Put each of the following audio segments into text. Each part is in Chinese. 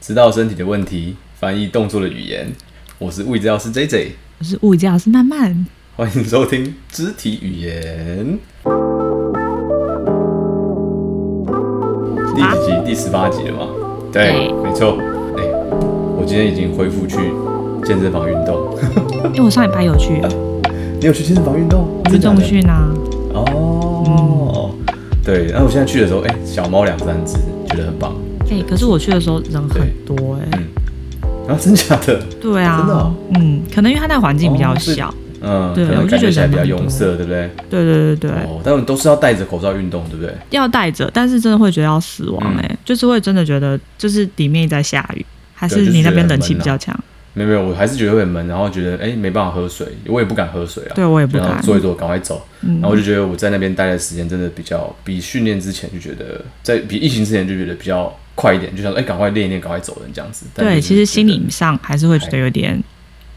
知道身体的问题，翻译动作的语言。我是物理治疗师 J J，我是物理治疗师曼曼。欢迎收听肢体语言。第几集？第十八集了吗？对，没错。哎、我今天已经恢复去健身房运动。因为我上礼拜有去 你有去健身房运动？运动嗯去。训啊，哦，对。然后我现在去的时候，哎、小猫两三只，觉得很棒。哎、可是我去的时候人很多哎、嗯啊，真假的？对啊，真的哦嗯，可能因为它那个环境比较小，嗯，对可能我就感觉觉得起来比较人蛮拥多塞，对不对？对对对对，哦，但我们都是要戴着口罩运动，对不对？要戴着，但是真的会觉得要死亡嗯哎、就是会真的觉得就是里面一直在下雨，还对是就是你那觉边得很冷气闷啊比较强？没有没有，我还是觉得会很闷，然后觉得哎、没办法喝水，我也不敢喝水啊。对我也不然敢嗯后，坐一坐，赶快走。然后我就觉得我在那边待的时间真的比较比训练之前就觉得，在比疫情之前就觉得比较快一点，就想说哎，赶快练一练，赶快走人这样子。但对，就是其实心觉理得上还是会觉得有点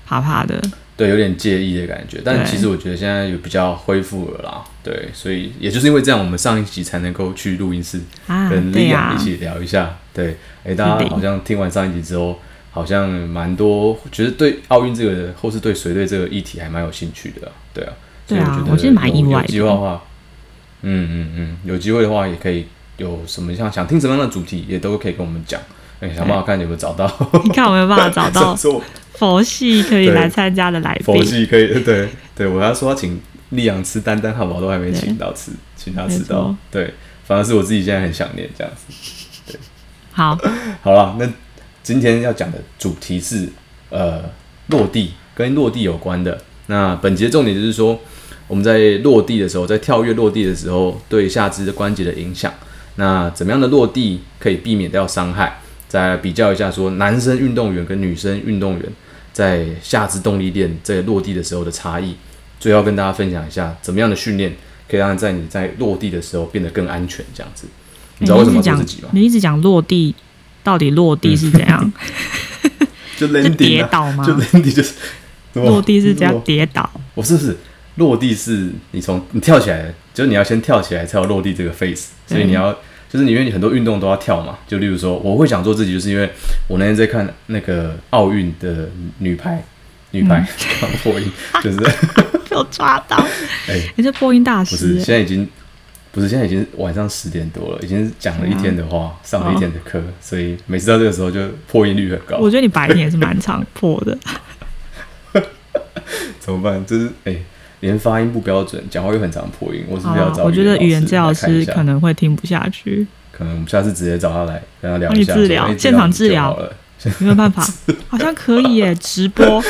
怕怕的，对有点介意的感觉，但对其实我觉得现在有比较恢复了啦。对，所以也就是因为这样，我们上一集才能够去录音室啊跟对丽呀阳一起聊一下。对，哎、大家一定好像听完上一集之后，好像蛮多觉得对奥运这个或是对随队这个议题还蛮有兴趣的啊、对啊。所以对啊觉得我其实蛮有意外有的机会的话，嗯嗯嗯，有机会的话也可以有什么像想听什么样的主题，也都可以跟我们讲。哎、想办法看有没有找到， 你看我没有办法 找到什么佛系可以对来参加的来佛宾，系可以， 对对，我要说要请丽阳吃丹丹汉堡都还没请到吃，请他吃没到错，对，反而是我自己现在很想念这样子。好，好了，那今天要讲的主题是呃落地，跟落地有关的。那本节重点就是说，我们在落地的时候，在跳跃落地的时候，对下肢的关节的影响。那怎么样的落地可以避免掉伤害？再比较一下，说男生运动员跟女生运动员在下肢动力链在落地的时候的差异。最后跟大家分享一下，怎么样的训练可以让在你在落地的时候变得更安全，这样子。你知道为什么一要直做自讲己吗？你一直讲落地，到底落地是怎样？就是 landing 跌啊倒吗就？Landy 就是怎么 落地是怎样落跌倒？ 我是不是落地是你从你跳起来，就是你要先跳起来才有落地这个 face，所以你要、就是你因为你很多运动都要跳嘛，就例如说我会想做自己，就是因为我那天在看那个奥运的女排，女排嗯刚 破 音，就是被我抓到！哎你是播音大不是师现在已经。不是，现在已经晚上十点多了，已经讲了一天的话，上了一天的课，所以每次到这个时候就破音率很高欸，。我觉得你白天也是蛮常破的。怎么办？就是哎、连发音不标准，讲话又很常破音，我是 不好是要啦找哦我觉得语言治疗来看一师下可能会听不下 去，可能我们下次直接找他来跟他聊帮一哦你下，治疗说哎现场治就疗好了。没有办法，好像可 以耶，直播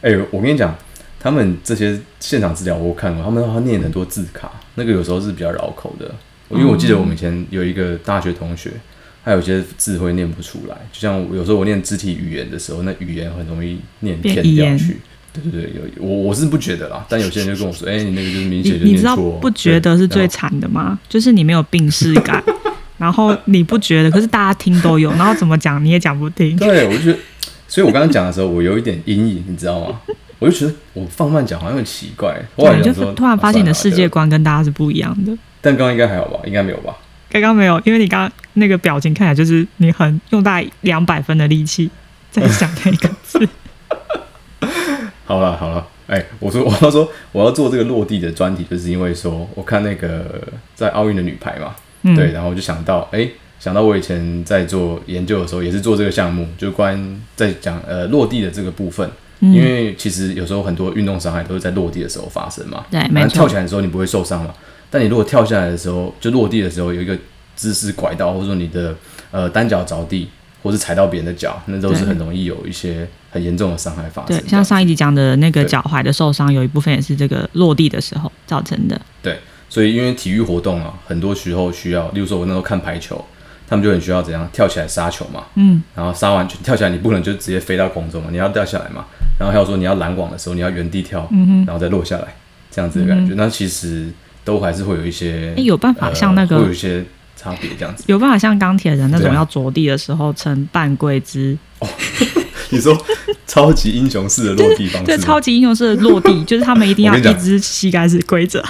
哎、我跟你讲，他们这些现场治疗我有看过，他们他念很多字卡，那个有时候是比较绕口的。因为我记得我们以前有一个大学同学，他有些字会念不出来，就像我有时候我念肢体语言的时候，那语言很容易念变偏遗掉言去。对对对，有我我是不觉得啦，但有些人就跟我说，哎、你那个就是明你显就你念知错道哦、不觉得对是最然后惨的吗？就是你没有病视 感，然后你不觉得，可是大家听都有，然后怎么讲你也讲不听。 对，我就觉得，所以我刚刚讲的时候，我有一点阴影，你知道吗？我就觉得我放慢讲好像很奇怪，后来你就想说突然发现你的世界，啊观跟大家是不一样的。算了但刚刚应该还好吧？应该没有吧？刚刚没有，因为你刚刚那个表情看起来就是你很用大概两百分的力气在想那个 字。好了好了，哎、我说 我要说我要做这个落地的专题，就是因为说我看那个在奥运的女排嘛，嗯，对，，然后我就想到，哎、想到我以前在做研究的时候，也是做这个项目，就关在讲呃落地的这个部分，嗯因为其实有时候很多运动伤害都是在落地的时候发生嘛。对反没正错跳起来的时候你不会受伤嘛，但你如果跳下来的时候，就落地的时候有一个姿势拐到，或者说你的呃单脚着地，或是踩到别人的脚，那都是对很容易有一些很严重的伤害发生对的。，像上一集讲的那个对脚踝的受伤，有一部分也是这个落地的时候造成的。对，所以因为体育活动啊，很多时候需要，例如说我那时候看排球，他们就很需要怎样跳起来杀球嘛，嗯，然后杀完球跳起来，你不可能就直接飞到空中嘛，你要掉下来嘛。然后还有说你要拦网的时候，你要原地跳，嗯然后再落下来，这样子的感觉。那其实都还是会有一些，呃诶有办法像那个会有一些差别这样子。有办法像钢铁人那对种啊要着地的时候呈半跪姿，你说 超级英雄式的落地方式对，吗，超级英雄式的落 地，就是他们一定要我跟你一讲只膝盖是跪着。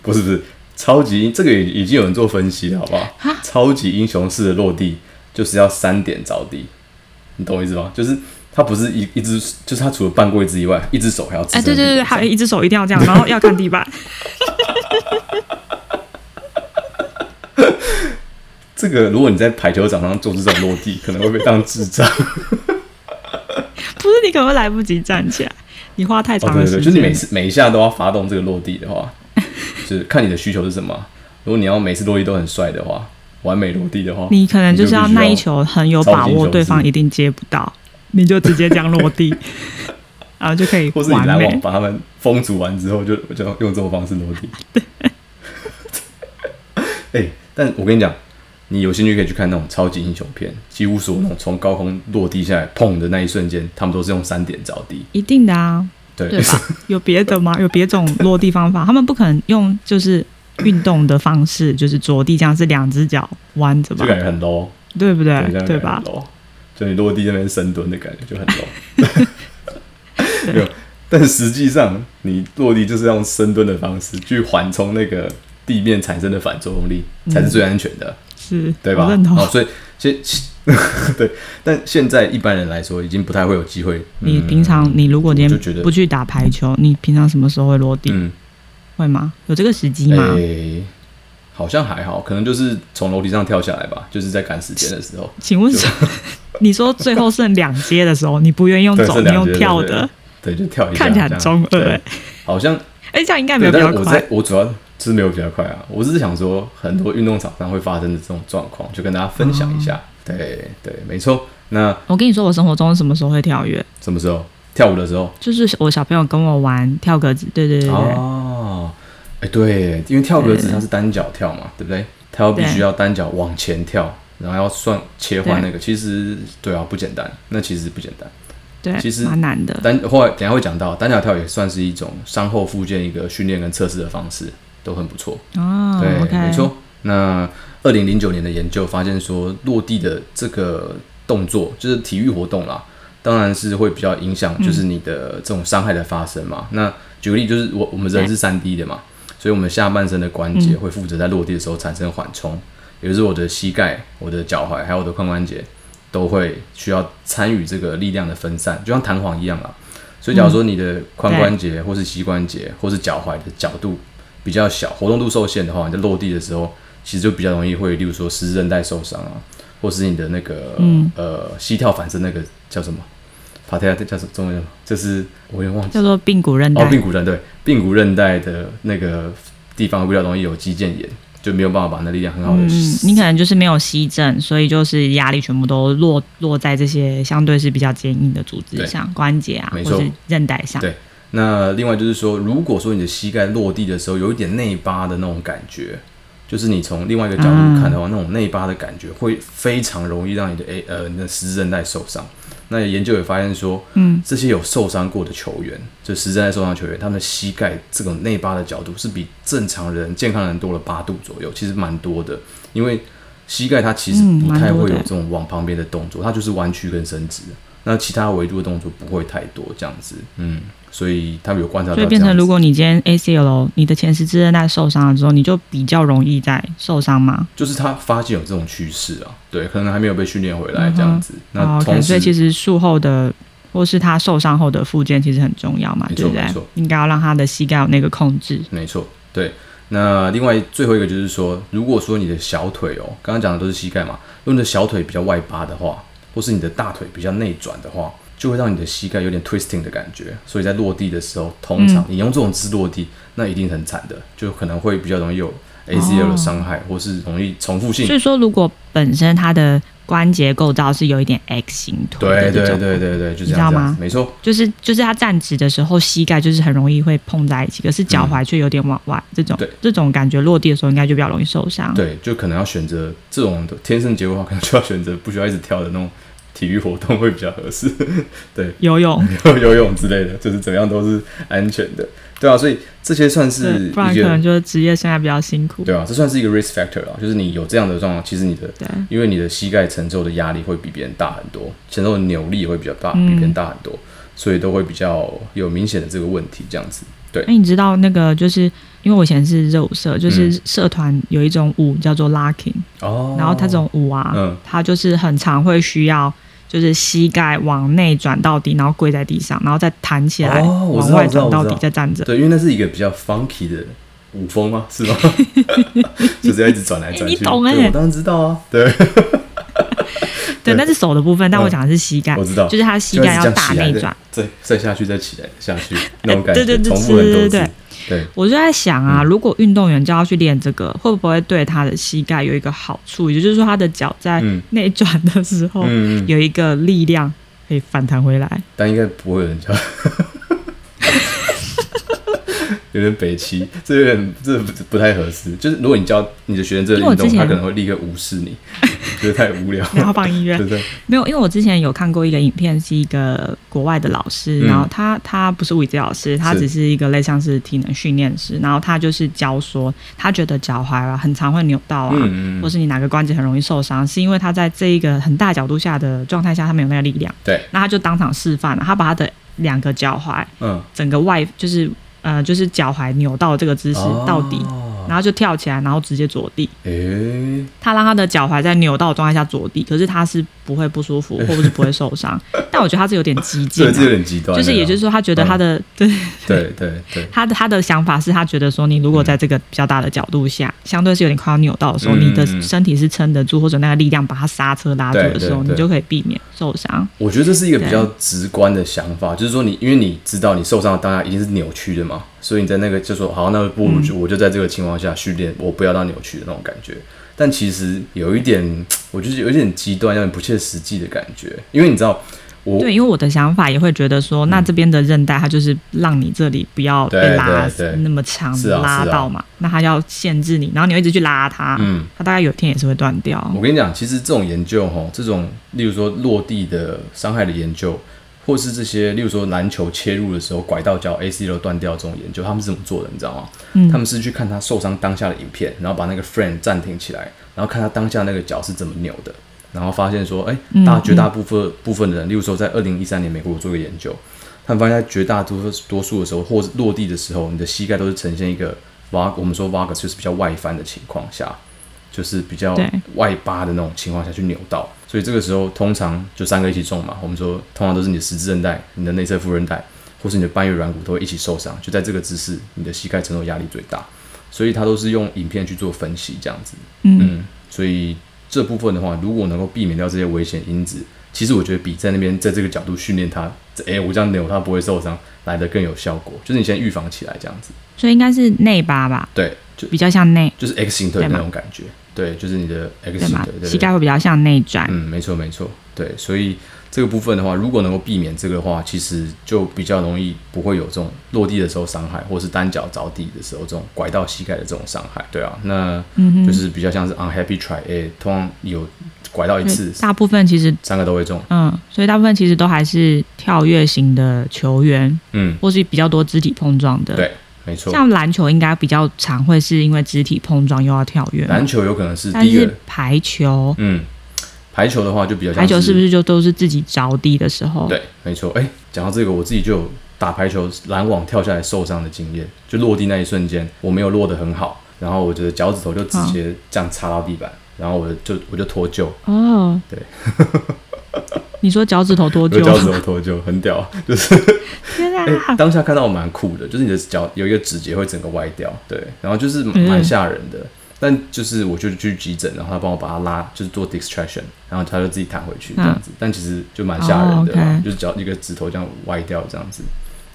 不是不是超级这个已已经有人做分析了，好不好？超级英雄式的落地就是要三点着地，你懂我意思吗？就是他不是一一只，就是他除了半跪姿以外，一只手还要支哎，撑对地对对，板还有一只手一定要这样，然后要看地板。这个如果你在排球场上做出这种落地，可能会被当智 障。 不是你可能会来不及站起来，你花太哦，长对的对对，就时间。是你每次每一下都要发动这个落地的话，就是看你的需求是什么啊。如果你要每次落地都很帅的话，完美落地的话，你可能就是要你就必须那一球很有把握，对方一定接不到，你就直接这样落 地，然后就可以或是你来完往美。把他们封阻完之后就，就用这种方式落地。 哎、但我跟你讲，你有兴趣可以去看那种超级英雄片，几乎所有那种从高空落地下来砰的那一瞬间，他们都是用三点着地。一定的啊，对，对 吧？有别的吗？有别种落地方法？他们不可能用就是运动的方式，就是着地这样是两只脚弯着吧就，感觉很 low，对不对对这？样哎对感觉吧很？？low，就你落地那边深蹲的感觉就很 low。没有，但实际上你落地就是要用深蹲的方式去缓冲那个地面产生的反作用力，才是最安全的。是，对吧？我认同哦，所以现 对，但现在一般人来说，已经不太会有机会。你嗯平常你如果今我就觉天得不去打排球，你平常什么时候会落地？嗯，哎会吗？有这个时机吗？诶，好像还好，可能就是从楼梯上跳下来吧，就是在赶时间的时候。请问是 你说最后剩两阶的时候，你不愿意用对，走，是你两用节跳对的？对，就跳一下，看起来很这样中二对欸好像哎、这样应该没对，有比但是我较快在。我主要是没有比较快啊，我只是想说很多运动场上会发生的这种状况，就跟大家分享一下。哦对对，没错。那我跟你说，我生活中什么时候会跳跃？什么时候跳舞的时候？就是我小朋友跟我玩跳格子，对对对对对，哦，哎、对，因为跳格子它是单脚跳嘛，对不对？它要必须对要单脚往前跳，然后要算切换对那个，其实对啊，不简单，那其实不简单。对，其实蛮难的。单后来等一下会讲到，单脚跳也算是一种伤后复健一个训练跟测试的方式，都很不错。哦对， ，OK，没错。那二零零九年的研究发现说，落地的这个动作就是体育活动啦，当然是会比较影响，就是你的这种伤害的发生嘛。那举个例，就是我我们人是三 D 的嘛，所以我们下半身的关节会负责在落地的时候产生缓冲，也就是我的膝盖、我的脚踝还有我的髋关节都会需要参与这个力量的分散，就像弹簧一样啦。所以，假如说你的嗯髋关节或是膝关节或是脚踝的角度比较小，活动度受限的话，你在落地的时候，其实就比较容易会，例如说十字韧带受伤啊，或是你的那个、嗯呃膝跳反射那个叫什么？帕泰亚叫什么中文叫什么？就是我有点忘记叫做髌骨韧带。哦，髌骨韧对，髌骨韧带的那个地方比较容易有肌腱炎，就没有办法把那力量很好的、嗯，你可能就是没有吸震，所以就是压力全部都落落在这些相对是比较坚硬的组织对上，关节啊，没或错是韧带上。对，那另外就是说，如果说你的膝盖落地的时候有一点内八的那种感觉，就是你从另外一个角度看的话，那种内八的感觉会非常容易让你的 A 呃你的十字韧带受伤。那研究也发现说，嗯，这些有受伤过的球员，就十字韧带受伤的球员，他们的膝盖这种内八的角度是比正常人健康人多了八度左右，其实蛮多的。因为膝盖它其实嗯不蛮太多会有的这种往旁边的动作，它就是弯曲跟伸直。那其他维度的动作不会太多，这样子，嗯，所以他们有观察到这所以样子，变成，如果你今天 ACL，你的前十字韧带受伤了之后，你就比较容易在受伤吗？就是他发现有这种趋势啊，对，可能还没有被训练回来这样子。哦那，OK，同所时，以其实术后的或是他受伤后的复健其实很重要嘛，没错对不对没错？应该要让他的膝盖有那个控制。没错，对。那另外最后一个就是说，如果说你的小腿哦，刚刚讲的都是膝盖嘛，如果你的小腿比较外八的话，或是你的大腿比较内转的话，就会让你的膝盖有点 twisting 的感觉，所以在落地的时候，通嗯常你用这种姿落地，那一定很惨的，就可能会比较容易有 ACL 的伤害，或是容易重复性所以说，如果本身他的关节构造是有一点 X 型腿对的对这种，对对对，就这知道样这样吗子，没错，就是就是他站直的时候，膝盖就是很容易会碰在一起，可是脚踝却有点往外，这种对这种感觉落地的时候应该就比较容易受伤。对，就可能要选择这种的天生结构的话，可能就要选择不需要一直跳的那种体育活动会比较合适，对，游泳，游泳之类的，就是怎样都是安全的，对啊，所以这些算是对，不然一可能个，就是职业生涯比较辛苦。对啊，这算是一个 risk factor 啊，就是你有这样的状况，其实你的对，因为你的膝盖承受的压力会比别人大很多，承受的扭力也会比较大，比别人大很多，所以都会比较有明显的这个问题，这样子，对，那你知道那个就是因为我以前是热舞社，就是嗯社团有一种舞叫做 locking，哦，然后他这种舞啊，嗯他就是很常会需要。就是膝盖往内转到底，然后跪在地上，然后再弹起来，哦我知往道外我知道转到我知底道，再站着。对，因为那是一个比较 funky 的舞风嘛，是 吗？就是要一直转来转去。你懂对欸我当然知道啊，对，对对，那是手的部分，但嗯我讲的是膝盖，我知道就是他膝盖要大内转。，对，再下去再起来下 去那种感觉，对对对重复很多对对次，对，我就在想嗯啊，如果运动员就要去练这个，会不会对他的膝盖有一个好处？也就是说，他的脚在嗯内转的时候、嗯，嗯有一个力量可以反 弹回来。但应该不会有人叫。 有点北齐，这有点这不不太合适。就是如果你教你的学生这个因为我运动，之前他可能会立刻无视 你，觉得太无聊，然后放音乐对不，对？没有，因为我之前有看过一个影片，是一个国外的老师，嗯然后他他不是物理治疗师，他是只是一个类像是体能训练师，然后他就是教说，他觉得脚踝啊很常会扭到啊，嗯嗯或嗯，是你哪个关节很容易受伤，是因为他在这一个很大角度下的状态下，他没有那个力量。对，那他就当场示范了，他把他的两个脚踝嗯，整个外就是呃就是脚踝扭到这个姿势哦到底，然后就跳起来，然后直接着地。诶，他让他的脚踝在扭到的状态下着地，可是他是不会不 舒服，或者是不会受伤。但我觉得他是有点激进、这嗯啊个，是有点极端的就啦，是也就是说，他觉得他的、 对 对对对，他的他的想法是他觉得说，你如果在这个比较大的角度下，相对是有点快要扭到的时候，嗯你的身体是撑得住，或者那个力量把它刹车拉住的时候，对对对你就可以避免受伤。我觉得这是一个比对较直观的想法，就是说你因为你知道你受伤的当下一定是扭曲的嘛，所以你在那个就说好，那不如就我就在这个情况下训练，我不要让扭曲的那种感觉。但其实有一点，我就是有一点极端，有点不切实际的感觉，因为你知道我嗯对，因为我的想法也会觉得说，那这边的韧带它就是让你这里不要对被拉对对那么长是啊是啊拉到嘛，那它要限制你，然后你又一直去拉它，嗯它大概有一天也是会断掉。我跟你讲，其实这种研究哈，这种例如说落地的伤害的研究，或是这些例如说篮球切入的时候拐到脚 ACL 断掉这种研究，他们是怎么做的？你知道吗？嗯他们是去看他受伤当下的影片，然后把那个 frame 暂停起来，然后看他当下那个脚是怎么扭的，然后发现说，哎、嗯大绝大部分、部分的人，例如说在二零一三年美国有做一个研究，他们发现在绝大多多数的时候，或是落地的时候，你的膝盖都是呈现一个 vag，我们说 vagus 就是比较外翻的情况下，就是比较对外八的那种情况下去扭到，所以这个时候通常就三个一起中嘛。我们说通常都是你的十字韧带、你的内侧副韧带或是你的半月软骨都会一起受伤，就在这个姿势，你的膝盖承受压力最大，所以它都是用影片去做分析这样子。嗯，嗯，所以这部分的话，如果能够避免掉这些危险因子，其实我觉得比在那边在这个角度训练它，诶、我这样扭它不会受伤来的更有效果，就是你先预防起来这样子。所以应该是内八吧，对，就比较像内就是 X 型腿对吗那种感觉，对，就是你的 X 对型吗腿，？对膝对盖会比较向内转。嗯，没错没错，对，所以这个部分的话，如果能够避免这个的话，其实就比较容易不会有这种落地的时候伤害，或是单脚着地的时候这种拐到膝盖的这种伤害。对啊，那嗯就哼，是比较像是 unhappy try A，通常有拐到一所次以，大部分其实三个都会中。嗯，所以大部分其实都还是跳跃型的球员，嗯，或是比较多肢体碰撞的。对，没错。像篮球应该比较常会是因为肢体碰撞又要跳跃嘛，篮球有可能是但第一个是，排球，嗯，排球的话就比较像排球是不是就都是自己着地的时候？，对，没错。哎、讲到这个，我自己就有打排球拦网跳下来受伤的经验，就落地那一瞬间，我没有落得很好，然后我的脚趾头就直嗯接这样插到地板，然后我的就我就脱臼，哦，嗯对。 你说脚趾头多我久的？脚趾头脱臼，很啊屌。就是、天啊！哎 当下看到我蛮酷的，就是你的脚有一个指节会整个歪掉，对，然后就是蛮嗯蛮吓人的。但就是我就去急诊，然后他帮我把它拉，就是做 distraction，然后他就自己弹回去这样子。但其实就蛮吓人的啦，嗯哦，OK 就是脚一个指头这样歪掉这样子。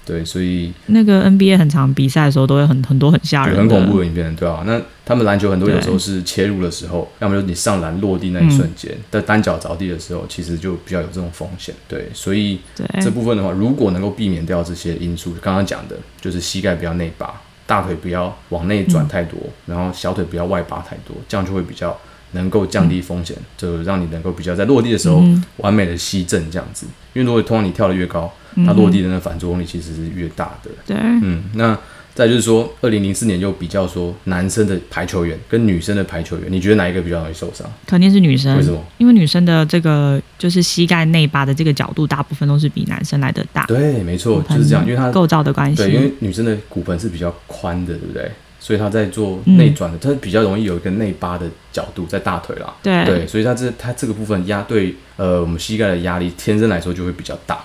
对，所以那个 NBA 很常比赛的时候都会很很多很吓对，人的，很恐怖的影片，对啊。那他们篮球很多有时候是切入的时候，要么就是你上篮落地那一瞬嗯间，在单脚着地的时候，其实就比较有这种风险。对，所以对，这部分的话，如果能够避免掉这些因素，刚刚讲的就是膝盖不要内拔，大腿不要往内转太多，嗯然后小腿不要外拔太多，这样就会比较能够降低风险，就让你能够比较在落地的时候嗯完美的吸震这样子。因为如果通常你跳得越高，嗯它落地的那个反作用力其实是越大的。对，嗯，那再就是说，二零零四年又比较说男生的排球员跟女生的排球员，你觉得哪一个比较容易受伤？肯定是女生。为什么？因为女生的这个就是膝盖内八的这个角度，大部分都是比男生来的大，嗯对，没错，就是这样，因为它构造的关系。对，因为女生的骨盆是比较宽的，对不对？所以他在做嗯内转的，他比较容易有一个内八的角度在大腿啦。对对，所以它这它这个部分压对呃我们膝盖的压力天生来说就会比较大。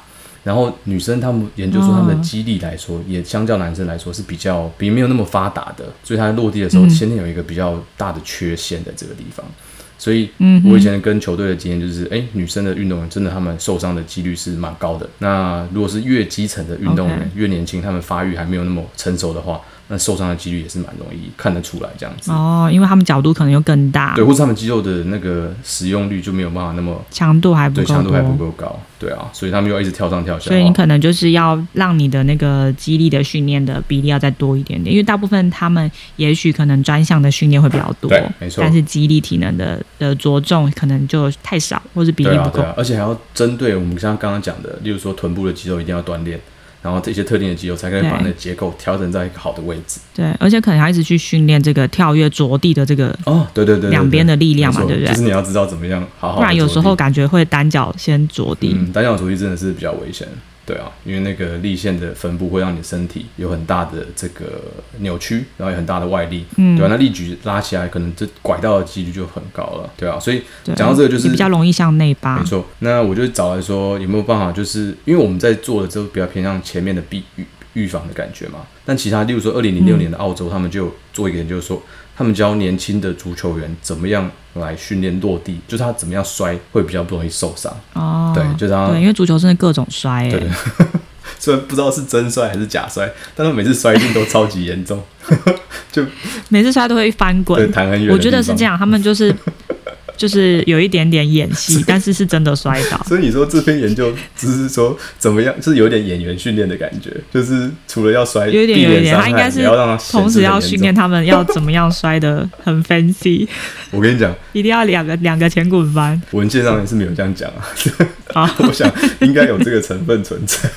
然后女生她们研究说哦她们的肌力来说，也相较男生来说是比较比没有那么发达的，所以她在落地的时候嗯先天有一个比较大的缺陷在这个地方。所以嗯，哼我以前跟球队的经验就是，哎、女生的运动员真的她们受伤的几率是蛮高的。那如果是越基层的运动员 OK 越年轻，她们发育还没有那么成熟的话，那受伤的几率也是蛮容易看得出来这样子。哦，因为他们角度可能又更大，对，或是他们肌肉的那个使用率就没有办法那么强度还不对，够强度还不多，够高，对啊，所以他们又一直跳上跳下，所以你哦可能就是要让你的那个肌力的训练的比例要再多一点点，因为大部分他们也许可能专项的训练会比较多对，没错但是肌力体能的的着重可能就太少，或是比对例啊不对够。啊，而且还要针对我们像刚刚讲的，例如说臀部的肌肉一定要锻炼，然后这些特定的肌肉才可以把对那个结构调整在一个好的位置。对，而且可能要一直去训练这个跳跃着地的这个哦，对对对对，两边的力力量嘛，对不就是对？你要知道怎么样好好，不然有时候。感觉会单脚先着地。嗯，单脚着地真的是比较危险，对啊，因为那个立线的分布会让你身体有很大的这个扭曲，然后有很大的外力，嗯对啊，那力矩拉起来，可能这拐到的几率就很高了，对啊，所以对讲到这个就是也比较容易向内八没。错，那我就找来说有没有办法，就是因为我们在做的都比较偏向前面的避预预防的感觉嘛。但其他，例如说二零嗯零六年的澳洲，他们就有做一个研究说，他们教年轻的足球员怎么样来训练落地，就是他怎么样摔会比较不容易受伤。哦，对就让他对，因为足球真的各种摔、对欸，虽然不知道是真摔还是假摔，但他每次摔一定都超级严重，每次摔都会翻对，滚。弹很远。我觉得是这。样，他们就是 就是有一点点演戏，但是是真的摔倒。所以你说这篇研究只是说怎么样，就是有点演员训练的感觉，就是除了要摔，有一点，避有一免点，伤害他应该是也要让他显同示很时要严训重练他们要怎么样摔的很 fancy，我跟你讲，一定要两个两个前滚翻。文件上面是没有这样讲啊， 啊我想应该有这个成分存在。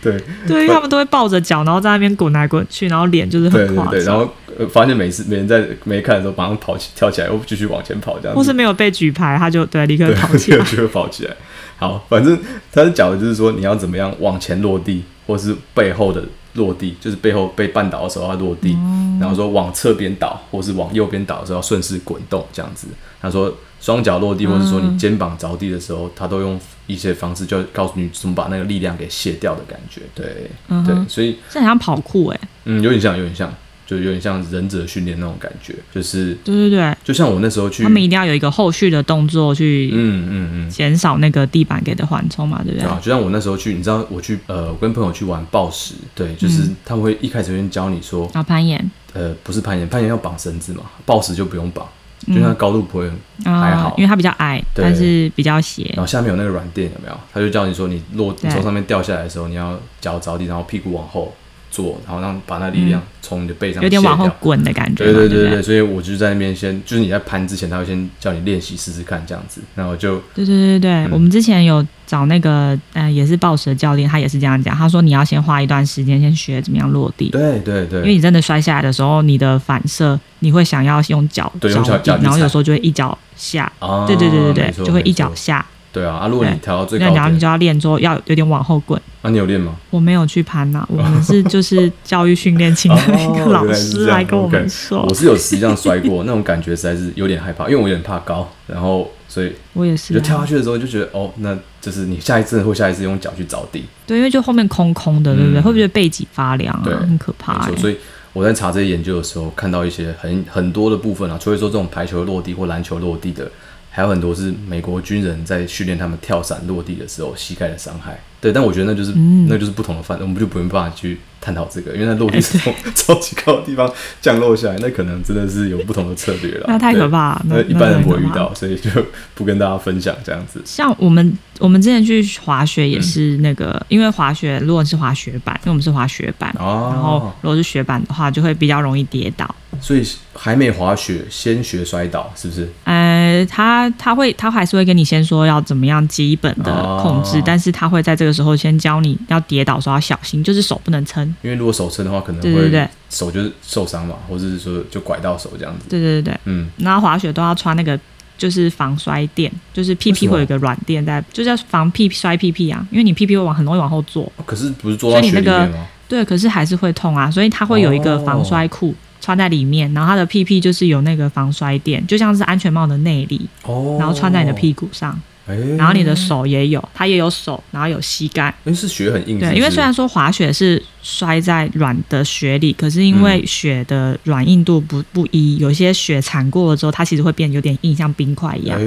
对对，因为他们都会抱着脚，然后在那边滚来滚去，然后脸就是对很对夸对，然张，后、呃、发现每次没人在没看的时候，马上跑起跳起来，又继续往前跑这样子，或是没有被举牌，他就对立刻 对，跑起来。 就会跑起来。啊好，反正他是讲的就是说你要怎么样往前落地，或是背后的落地，就是背后被绊倒的时候要落地，哦然后说往侧边倒，或是往右边倒的时候要顺势滚动这样子。他说双脚落地，或是说嗯你肩膀着地的时候，他都用一些方式就告诉你怎么把那个力量给卸掉的感觉。对，嗯对哼，所以这很像跑酷哎、嗯，有点像，有点像，就有点像忍者训练那种感觉，就是对对对，就像我那时候去，他们一定要有一个后续的动作去嗯嗯嗯，减少那个地板给的缓冲嘛，对不对对？啊，就像我那时候去，你知道我去呃，我跟朋友去玩暴食，对，嗯就是他们会一开始先教你说，然后攀岩，呃，不是攀岩，攀岩要绑绳子嘛，暴食就不用绑，嗯就像高度不会很，啊，还好因为它比较矮，对但是比较斜然。后下面有那个软垫有没有？他就教你说你落你对从上面掉下来的时候，你要脚着地，然后屁股往后坐，然后让把那力量从你的背上嗯有点往卸后掉滚的感觉对嘛，对对对不对，所以我就在那边先，就是你在攀之前，他会先叫你练习试试看这样子，然后就对对对对对，嗯我们之前有找那个嗯、呃也是暴食的教练，他也是这样讲，他说你要先花一段时间先学怎么样落地，对对对，因为你真的摔下来的时候，你的反射你会想要用脚对用脚着地脚去踩然后有时候就会一脚下，啊，对对对没对错对，就会一。没脚错下，对啊，啊，如果你对调到最那高然后你点，就要练说要有点往后滚。啊，你有练吗？我没有去攀呐、我们是就是教育训练请的 那个哦老原来是师这样来跟我们 OK 说。哦我是有实际上摔过， 那种感觉实在是有点害怕，因为我有点怕高，然后所以我也是、就啊，跳下去的时候就觉得，哦，那就是你下一次或下一次用脚去着地，对，因为就后面空空的，对不对？嗯会不会背脊发凉对啊？很可怕、没错。欸。所以我在查这些研究的时候，看到一些很很多的部分啊，除了说这种排球落地或篮球落地的，还有很多是美国军人在训练他们跳伞落地的时候膝盖的伤害。对，但我觉得那就是、嗯那就是不同的范，我们就不用办法去探讨这个，因为那落地是从 超级高的地方降落下来，那可能真的是有不同的策略了。那太对可怕了，那一般人不会遇那很可怕到，所以就不跟大家分享这样子。像我们我们之前去滑雪也是那个，因为滑雪如果是滑雪板，因为我们是滑雪板，嗯哦然后如果是雪板的话，就会比较容易跌倒。所以还没滑雪，先学摔倒，是不是？呃，他他会他还是会跟你先说要怎么样基本的控制，哦但是他会在这个时候先教你要跌倒的时候要小心，就是手不能撑。因为如果手撑的话，可能对对会对手就是受伤嘛，或者是说就拐到手这样子。对对对对，嗯，然后滑雪都要穿那个就是防摔垫，就是屁为什屁么会有一个软垫在，就是要防屁摔屁屁啊，因为你屁屁会往很容易往后坐。可是不是坐到雪里面吗？对，可是还是会痛啊，所以它会有一个哦防摔裤。穿在里面，然后它的屁屁就是有那个防摔垫，就像是安全帽的内里，哦，然后穿在你的屁股上，哎，然后你的手也有，它也有手，然后有膝盖。因为是雪很硬，是对，不因为是虽然说滑雪是摔在软的雪里，可是因为嗯雪的软硬度不不一，有些雪铲过了之后，它其实会变有点硬，像冰块一样哎。，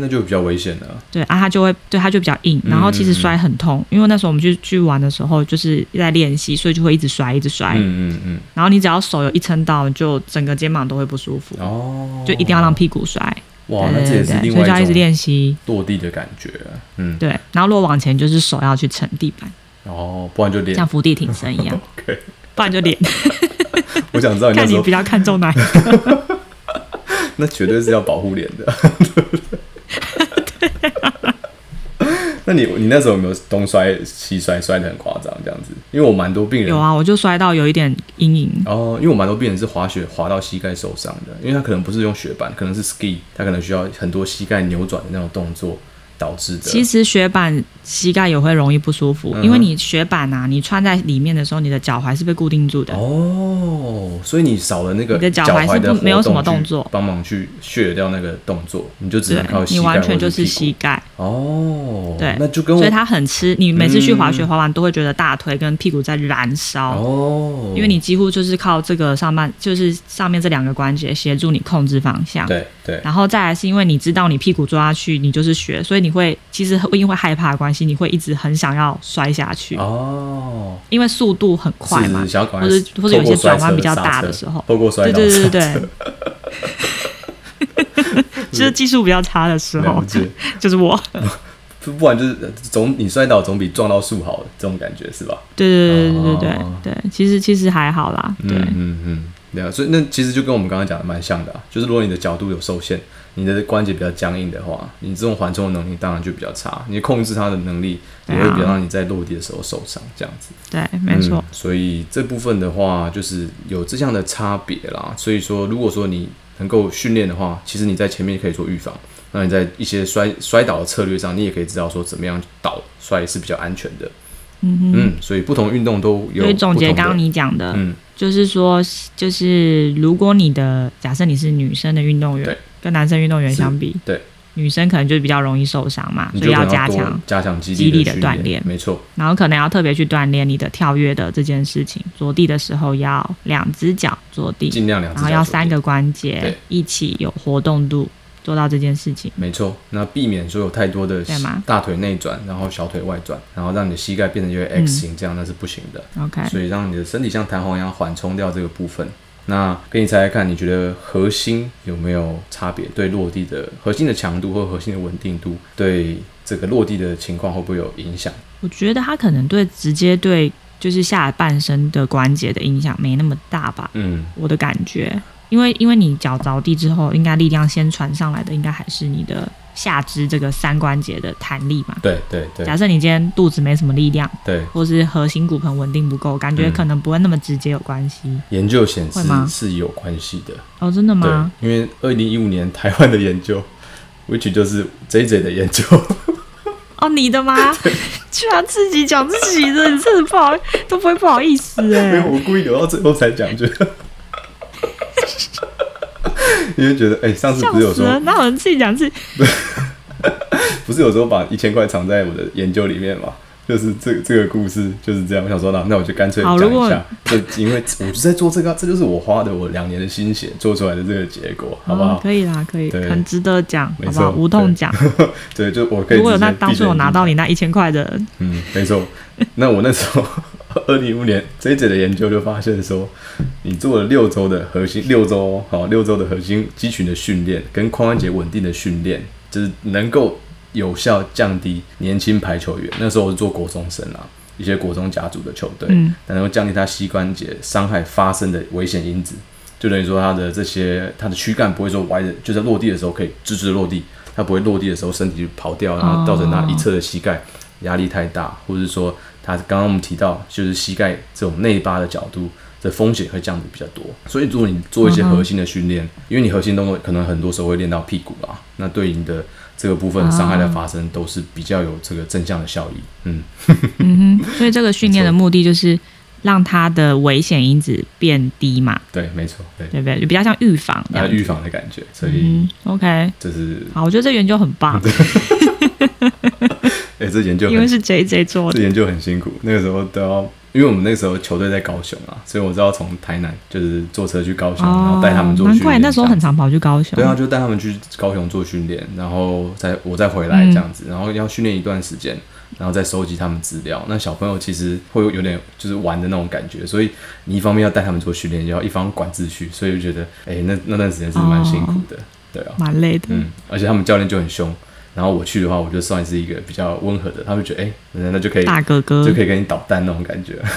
那就比较危险了。对啊，它就会对它就比较嗯硬，然后其实摔很痛，因为那时候我们去去玩的时候就是在练习，所以就会一直摔一直摔，嗯嗯嗯，然后你只要手有一撑到，就整个肩膀都会不舒服，哦，就一定要让屁股摔。哇，那对这也对是对，另所以就要外一直种练习。落地的感觉啊。嗯，对，然后落往前就是手要去撑地板，哦，不然就脸像伏地挺身 一样， OK。不然就脸。我想知道你那看时你候比，较看重哪一个。那绝对是要保护脸的。 那你你那时候有没有东摔西摔摔得很夸张这样子？因为我蛮多病人有啊，我就摔到有一点阴影。哦，因为我蛮多病人是滑雪滑到膝盖受伤的，因为他可能不是用雪板，可能是 ski，他可能需要很多膝盖扭转的那种动作导致的。其实雪板膝盖也会容易不舒服，啊嗯哼因为你雪板啊，你穿在里面的时候，你的脚踝是被固定住的。哦，所以你少了那个你的脚脚踝是的不没有活什么去动作帮忙去削掉那个动作，你就只对能靠，膝你盖完或全者就是屁股膝盖，哦，对那就跟我所以它很吃。你每次去滑雪、嗯滑完都会觉得大腿跟屁股在燃烧，哦，因为你几乎就是靠这个上半，就是上面这两个关节协助你控制方向。对对然后再来是因为你知道你屁股坐下去，你就是雪，所以你会其实因为害怕的关系，你会一直很想要摔下去，哦，因为速度很是快嘛是，想要赶快或者或者有透过些转摔弯车比较刹大车的时候透过摔对倒对 对刹 对车对，就是技术比较差的时候了，解， 就是我，不不然就是呃总你摔倒总比撞到树好，这种感觉是吧？对对对对对对哦对，其实其实还好啦，对，嗯嗯嗯，对啊，所以那其实就跟我们刚刚讲的蛮像的、啊，就是如果你的角度有受限，你的关节比较僵硬的话，你这种缓冲的能力当然就比较差，你控制它的能力也会啊比较让你在落地的时候受伤这样子。对，没错嗯，所以这部分的话，就是有这项的差别啦。所以说，如果说你能够训练的话，其实你在前面可以做预防。那你在一些摔摔倒的策略上，你也可以知道说怎么样倒摔是比较安全的。嗯哼。嗯，所以不同运动都有所以总结不同的刚刚你讲的，嗯就是说，就是如果你的假设你是女生的运动员对，跟男生运动员相比，对女生可能就比较容易受伤嘛，你所就以可能加多强，加强肌肌力的的训锻练炼没错，然后可能要特别去锻炼你的跳跃的这件事情。着地的时候要两只脚着地，尽量两只然后脚要着地三个关对节一起有活动度，做到这件事情。没错，那避免说有太多的对吗大腿内转，然后小腿外转，然后让你的膝盖变成一个嗯 X 型，这样那是不行的。 OK，所以让你的身体像弹簧一样缓冲掉这个部分。那给你猜猜看，你觉得核心有没有差别？对落地的核心的强度或核心的稳定度，对这个落地的情况会不会有影响？我觉得它可能对直接对就是下半身的关节的影响没那么大吧，嗯，我的感觉。因为因为你脚着地之后，应该力量先传上来的，应该还是你的下肢这个三关节的弹力嘛。对对对假设你今天肚子没什么力量，对，或是核心骨盆稳定不够，感觉嗯可能不会那么直接有关系。研究显示会吗是有关系的。哦，真的吗？对，因为二零一五年台湾的研究，which 就是 J J 的研究，哦，你的吗？ 居然自己讲自己的，你真的不好都不会不好意思哎、没有，我故意留到最后才讲，觉 得，因为觉得哎、上次笑不是有死说了！哪有人自己讲自己？不是有时候把一千块藏在我的研究里面嘛？就是这这个故事就是这样。我想说，那那我就干脆好讲如一果下，就因为我就在做这个啊，这就是我花的我两年的心血做出来的这个结果，好不哦好？可以啦，可以，对很值得讲，没好不好？错无痛讲。 对，就我可以。如果有那当初有拿，到你那一千块的，嗯，没错。那我那时候二零一五年 J J 的研究就发现说，你做了六周的核心，六周哦好、六周的核心肌群的训练跟髋关节稳定的训练，就是能够有效降低年轻排球员。那时候我是做国中生啊，一些国中甲组的球队，嗯能够降低他膝关节伤害发生的危险因子。就等于说他的这些他的躯干不会说歪着，就在落地的时候可以直直地落地，他不会落地的时候身体就跑掉，然后造成他啊一侧的膝盖压力太大，或者是说他刚刚我们提到就是膝盖这种内八的角度。的风险会降低比较多，所以如果你做一些核心的训练，因为你核心动作可能很多时候会练到屁股啊，那对你的这个部分伤害的发生都是比较有这个正向的效益。嗯，嗯哼，所以这个训练的目的就是让它的危险因子变低嘛，对，没错，对，对不对？就比较像预防这呃，样。预防的感觉，所以嗯，OK，这是，好，我觉得这研究很 棒，哎、这研究因为很，是 JJ 做这的。研究很辛苦，那个时候都要。因为我们那个时候球队在高雄啊，所以我知道从台南就是坐车去高雄，然后带他们做哦难训怪练那时候这样很常跑去高雄。对啊，就带他们去高雄做训练，然后再我再回来嗯这样子，然后要训练一段时间，然后再收集他们资料。那小朋友其实会有点就是玩的那种感觉，所以你一方面要带他们做训练，也要一方面管秩序，所以就觉得哎、那那段时间是蛮辛苦哦的，对啊，蛮累的。嗯，而且他们教练就很凶，然后我去的话，我就算是一个比较温和的，他会觉得哎、那那就可以大哥哥就可以跟你捣蛋那种感觉。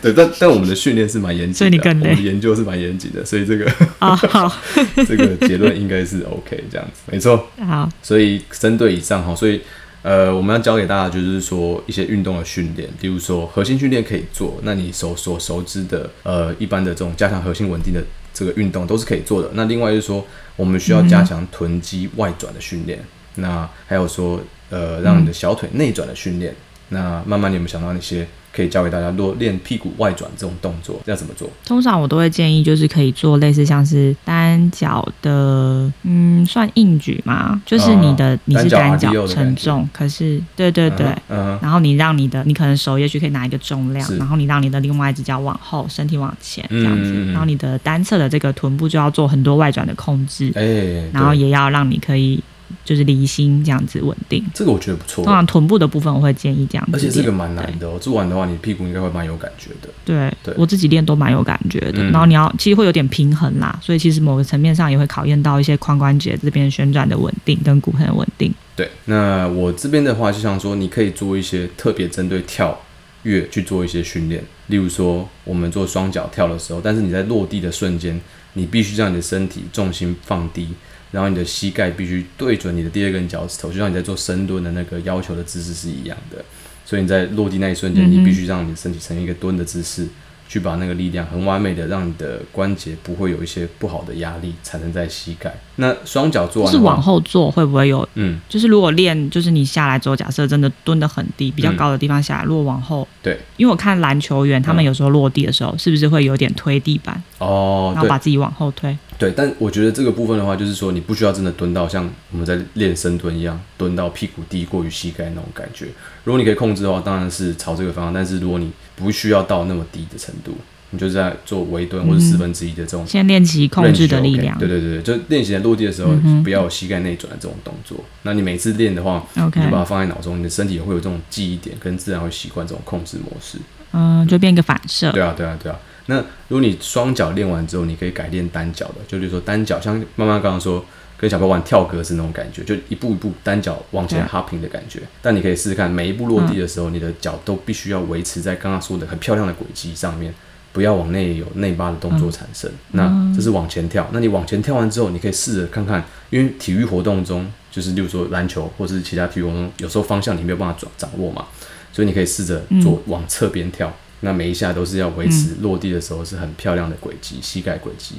对，但但我们的训练是蛮严谨的，啊所以你更累我们的研究是蛮严谨的，所以这个。啊，好 这个结论应该是 OK 这样子，没错。好，所以针对以上哈，所以呃，我们要教给大家就是说一些运动的训练，比如说核心训练可以做，那你所所熟知的呃一般的这种加强核心稳定的这个运动都是可以做的。那另外就是说，我们需要嗯加强臀肌外转的训练，那还有说呃让嗯你的小腿内转的训练。那慢慢你有没有想到那些可以教给大家，如果练屁股外转这种动作要怎么做？通常我都会建议就是可以做类似像是单脚的，嗯，算硬举嘛，就是你的、啊你是单单脚 RDO 脚的承重，可是对对对。嗯哼，然后你让你的，你可能手也许可以拿一个重是量，然后你让你的另外一只脚往后，身体往前这样子，嗯嗯嗯然后你的单侧的这个臀部就要做很多外转的控制，哎、对然后也要让你可以就是离心这样子稳定。这个我觉得不错通，常臀部的部分我会建议这样子而练，且这个蛮难的哦，做完的话，你屁股应该会蛮有感觉的。对，对我自己练都蛮有感觉的。嗯然后你要其实会有点平衡啦，所以其实某个层面上也会考验到一些髋关节这边旋转的稳定跟骨盆的稳定。对，那我这边的话，就想说，你可以做一些特别针对跳跃去做一些训练，例如说，我们做双脚跳的时候，但是你在落地的瞬间，你必须让你的身体重心放低，然后你的膝盖必须对准你的第二根脚趾头，就像你在做深蹲的那个要求的姿势是一样的。所以你在落地那一瞬间，嗯哼你必须让你的身体呈现一个蹲的姿势，去把那个力量很完美的让你的关节不会有一些不好的压力产生在膝盖。那双脚做完就是的往话，后做会不会有？嗯，就是如果练，就是你下来之后，假设真的蹲得很低，比较嗯高的地方下来，如果往后，对，因为我看篮球员嗯他们有时候落地的时候，是不是会有点推地板，哦，然后对把自己往后推？对，但我觉得这个部分的话，就是说你不需要真的蹲到像我们在练深蹲一样，蹲到屁股低过于膝盖那种感觉。如果你可以控制的话，当然是朝这个方向。但是如果你不需要到那么低的程度，你就是在做微蹲或者嗯四分之一的这种先练习控制的 range 力 OK，量。对对对，就练习在落地的时候嗯，哼不要有膝盖内转的这种动作。那你每次练的话， OK，你就把它放在脑中，你的身体也会有这种记忆点，跟自然会习惯这种控制模式。嗯，就变一个反射。对啊，对啊，对啊。那如果你双脚练完之后，你可以改练单脚的，就比如说单脚，像妈妈刚刚说跟小朋友玩跳格子那种感觉，就一步一步单脚往前对 hopping 的感觉。但你可以试试看，每一步落地的时候，你的脚都必须要维持在刚刚说的很漂亮的轨迹上面，不要往内有内八的动作产生。那这是往前跳，那你往前跳完之后，你可以试着看看，因为体育活动中，就是例如说篮球或是其他体育活动中，有时候方向你没有办法掌掌握嘛，所以你可以试着做往侧边跳，那每一下都是要维持落地的时候是很漂亮的轨迹，膝盖轨迹。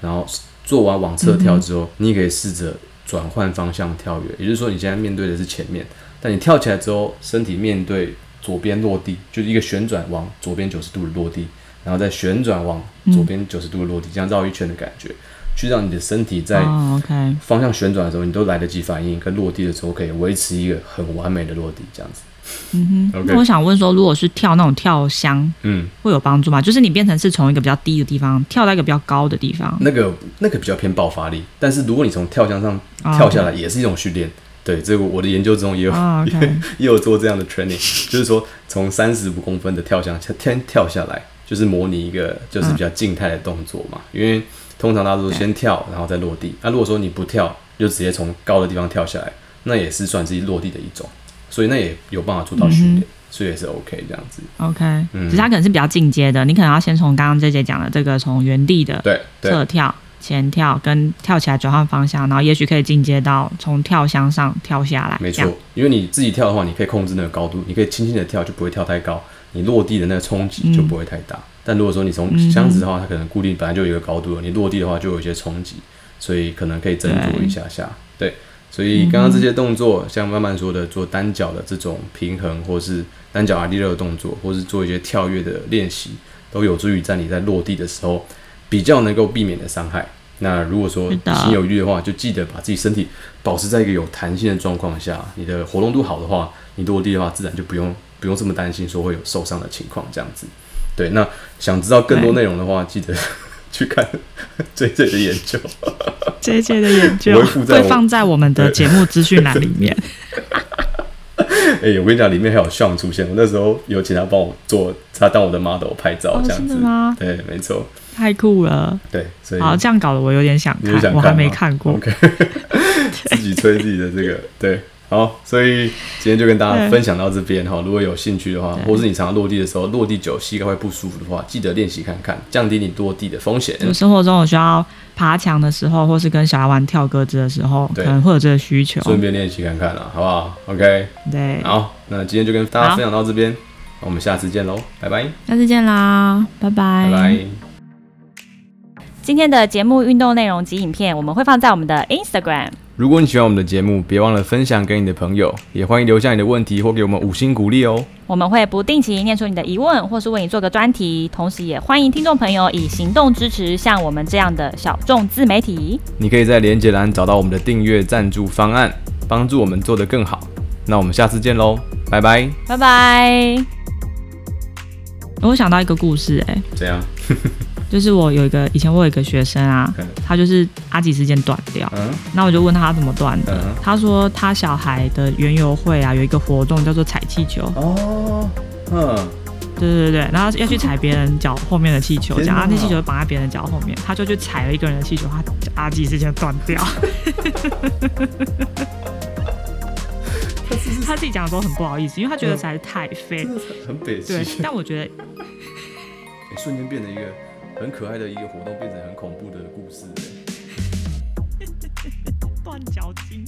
然后做完往侧跳之后，你也可以试着转换方向跳跃，也就是说你现在面对的是前面，但你跳起来之后，身体面对左边落地，就是一个旋转往左边九十度的落地，然后再旋转往左边九十度的落地，这样绕一圈的感觉，去让你的身体在哦，OK，方向旋转的时候，你都来得及反应，跟落地的时候可以维持一个很完美的落地，这样子。嗯哼。 OK 那我想问说，如果是跳那种跳箱，嗯，会有帮助吗？就是你变成是从一个比较低的地方跳到一个比较高的地方，那个那个比较偏爆发力，但是如果你从跳箱上哦跳下来，也是一种训练。对，这个我的研究中也有、 哦也，OK 也有做这样的 training，就是说从三十五公分的跳箱天跳下来，就是模拟一个嗯就是比较静态的动作嘛。因为通常大家都是先跳，然后再落地。那如果说你不跳，就直接从高的地方跳下来，那也是算是落地的一种，所以那也有办法做到训嗯练，所以也是 OK 这样子。 OK，嗯只是它可能是比较进阶的，你可能要先从刚刚这姐讲的这个从原地的对对，侧跳、前跳跟跳起来转换方向，然后也许可以进阶到从跳箱上跳下来，没这样错，因为你自己跳的话，你可以控制那个高度，你可以轻轻的跳，就不会跳太高，你落地的那个冲击就不会太大。嗯但如果说你从箱子的话，它可能固定本来就有一个高度了，你落地的话就有一些冲击，所以可能可以斟酌一下下。对，所以刚刚这些动作，像慢慢说的做单脚的这种平衡，或是单脚阿力勒的动作，或是做一些跳跃的练习，都有助于在你在落地的时候比较能够避免的伤害。那如果说是的心有余力的话，就记得把自己身体保持在一个有弹性的状况下，你的活动度好的话，你落地的话，自然就不用不用这么担心说会有受伤的情况这样子。对，那想知道更多内容的话，记得去看 J J 的研究。 J J 的研究我会附在我会放在我们的节目资讯栏里 面。哎、我跟你讲，里面还有 Sean 出现，我那时候有请他帮我做，他当我的 model 拍照哦这样子。真的吗对，没错，太酷了！对，所以好，这样搞得我有点想你有看，想我还吗没看过。 OK，自己吹自己的这 个，对，好，所以今天就跟大家对分享到这边哈。如果有兴趣的话，对或是你常常落地的时候，落地久膝盖会不舒服的话，记得练习看看，降低你落地的风险。就生活中我需要爬墙的时候，或是跟小孩玩跳鸽子的时候，对可能会有这个需求。顺便练习看看啦，好不好？OK，对，好，那今天就跟大家好分享到这边，那我们下次见喽，拜拜，下次见啦，拜拜拜拜。今天的节目运动内容及影片，我们会放在我们的 Instagram。如果你喜欢我们的节目，别忘了分享给你的朋友，也欢迎留下你的问题或给我们五星鼓励哦。我们会不定期念出你的疑问，或是为你做个专题，同时也欢迎听众朋友以行动支持像我们这样的小众自媒体。你可以在连接栏找到我们的订阅赞助方案，帮助我们做得更好。那我们下次见喽，拜拜。拜拜。我想到一个故事、哎，怎样？就是我有一个以前我有一个学生啊嗯，他就是阿吉之间断掉，嗯那我就问他怎么断的，嗯他说他小孩的园游会啊有一个活动叫做踩气球，哦，嗯，对对对，然后要去踩别人脚后面的气球，天这样哪啊那气球绑在别人脚后面，他就去踩了一个人的气球，他啊阿吉之间断掉，他自己讲的时候很不好意思，因为他觉得实在是太废真，的是很北气、 对，但我觉得欸瞬间变得一个很可爱的一个活动，变成很恐怖的故事、欸断脚筋。